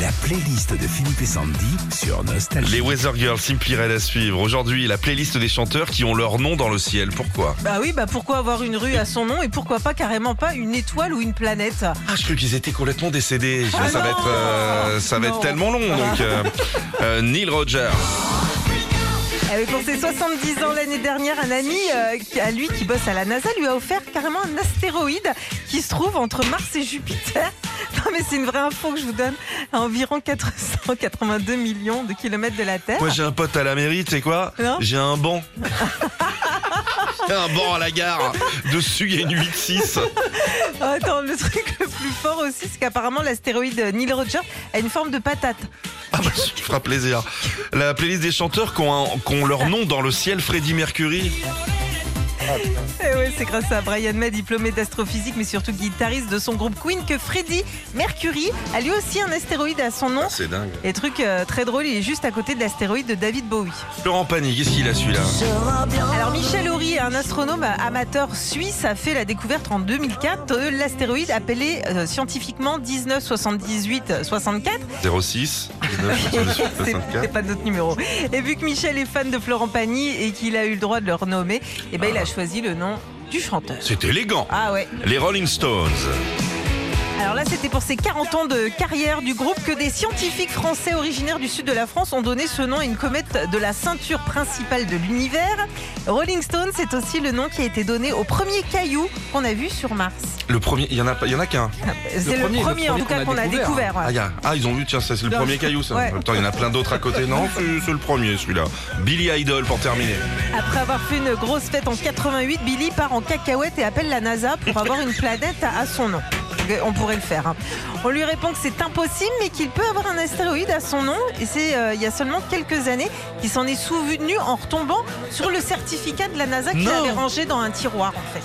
La playlist de Philippe et Sandy sur Nostalgie. Les Weather Girls, Simply Red à suivre. Aujourd'hui, la playlist des chanteurs qui ont leur nom dans le ciel. Pourquoi Bah oui, bah pourquoi avoir une rue à son nom et pourquoi pas carrément pas une étoile ou une planète Ah, je crois qu'ils étaient complètement décédés. Je- Ah ça va non être, euh, ça va Non. être tellement long. Donc, euh, euh, Neil Rogers. Avec pour ses 70 ans l'année dernière, un ami euh, qui- à lui qui bosse à la NASA lui a offert carrément un astéroïde qui se trouve entre Mars et Jupiter. Non mais c'est une vraie info que je vous donne à environ 482 millions de kilomètres de la Terre. Moi, j'ai un pote à la mairie, tu sais quoi Non. J'ai un banc. J'ai un banc à la gare. Dessus, il y a une 8-6. Ah, Attends, le truc le plus fort aussi, c'est qu'apparemment l'astéroïde Neil Rogers a une forme de patate. Ah, bah, ça me fera plaisir. La playlist des chanteurs qui ont, un- qui ont leur nom dans le ciel. Freddie Mercury. Et Eh ouais, c'est grâce à Brian May, diplômé d'astrophysique, mais surtout guitariste de son groupe Queen, que Freddie Mercury a lui aussi un astéroïde à son nom. C'est dingue. Et truc euh, très drôle, il est juste à côté de l'astéroïde de David Bowie. Laurent Pagny, qu'est-ce qu'il a celui-là Alors Michel Horry, un astronome amateur suisse, a fait la découverte en 2004 de l'astéroïde appelé euh, scientifiquement 1978-64. 06 19 C'est c'est pas notre numéro. Et vu que Michel est fan de Florent Pagny et qu'il a eu le droit de le renommer, eh ben, il a choisi le nom du chanteur. C'est élégant. Ah ouais. Les Rolling Stones. Alors là, c'était pour ses 40 ans de carrière du groupe que des scientifiques français originaires du sud de la France ont donné ce nom à une comète de la ceinture principale de l'univers. Rolling Stone, c'est aussi le nom qui a été donné au premier caillou qu'on a vu sur Mars. Le premier, il y en a pas, il y en a qu'un. C'est premier, le le, premier, en premier tout cas, qu'on a découvert. Ah, ouais. il y a- ah, ils ont vu, tiens, ça, c'est le premier caillou, ça. Ouais. En même temps, il y en a plein d'autres à côté. Non, c'est c'est le premier, celui-là. Billy Idol pour terminer. Après avoir fait une grosse fête en 88, Billy part en cacahuète et appelle la NASA pour avoir une planète à son nom. On pourrait le faire. hein. On lui répond que c'est impossible, mais qu'il peut avoir un astéroïde à son nom. Et c'est euh, il y a seulement quelques années qu'il s'en est souvenu en retombant sur le certificat de la NASA qu'il Non. avait rangé dans un tiroir en fait.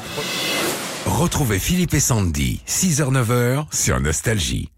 Retrouvez Philippe et Sandy, 6h-9h sur Nostalgie.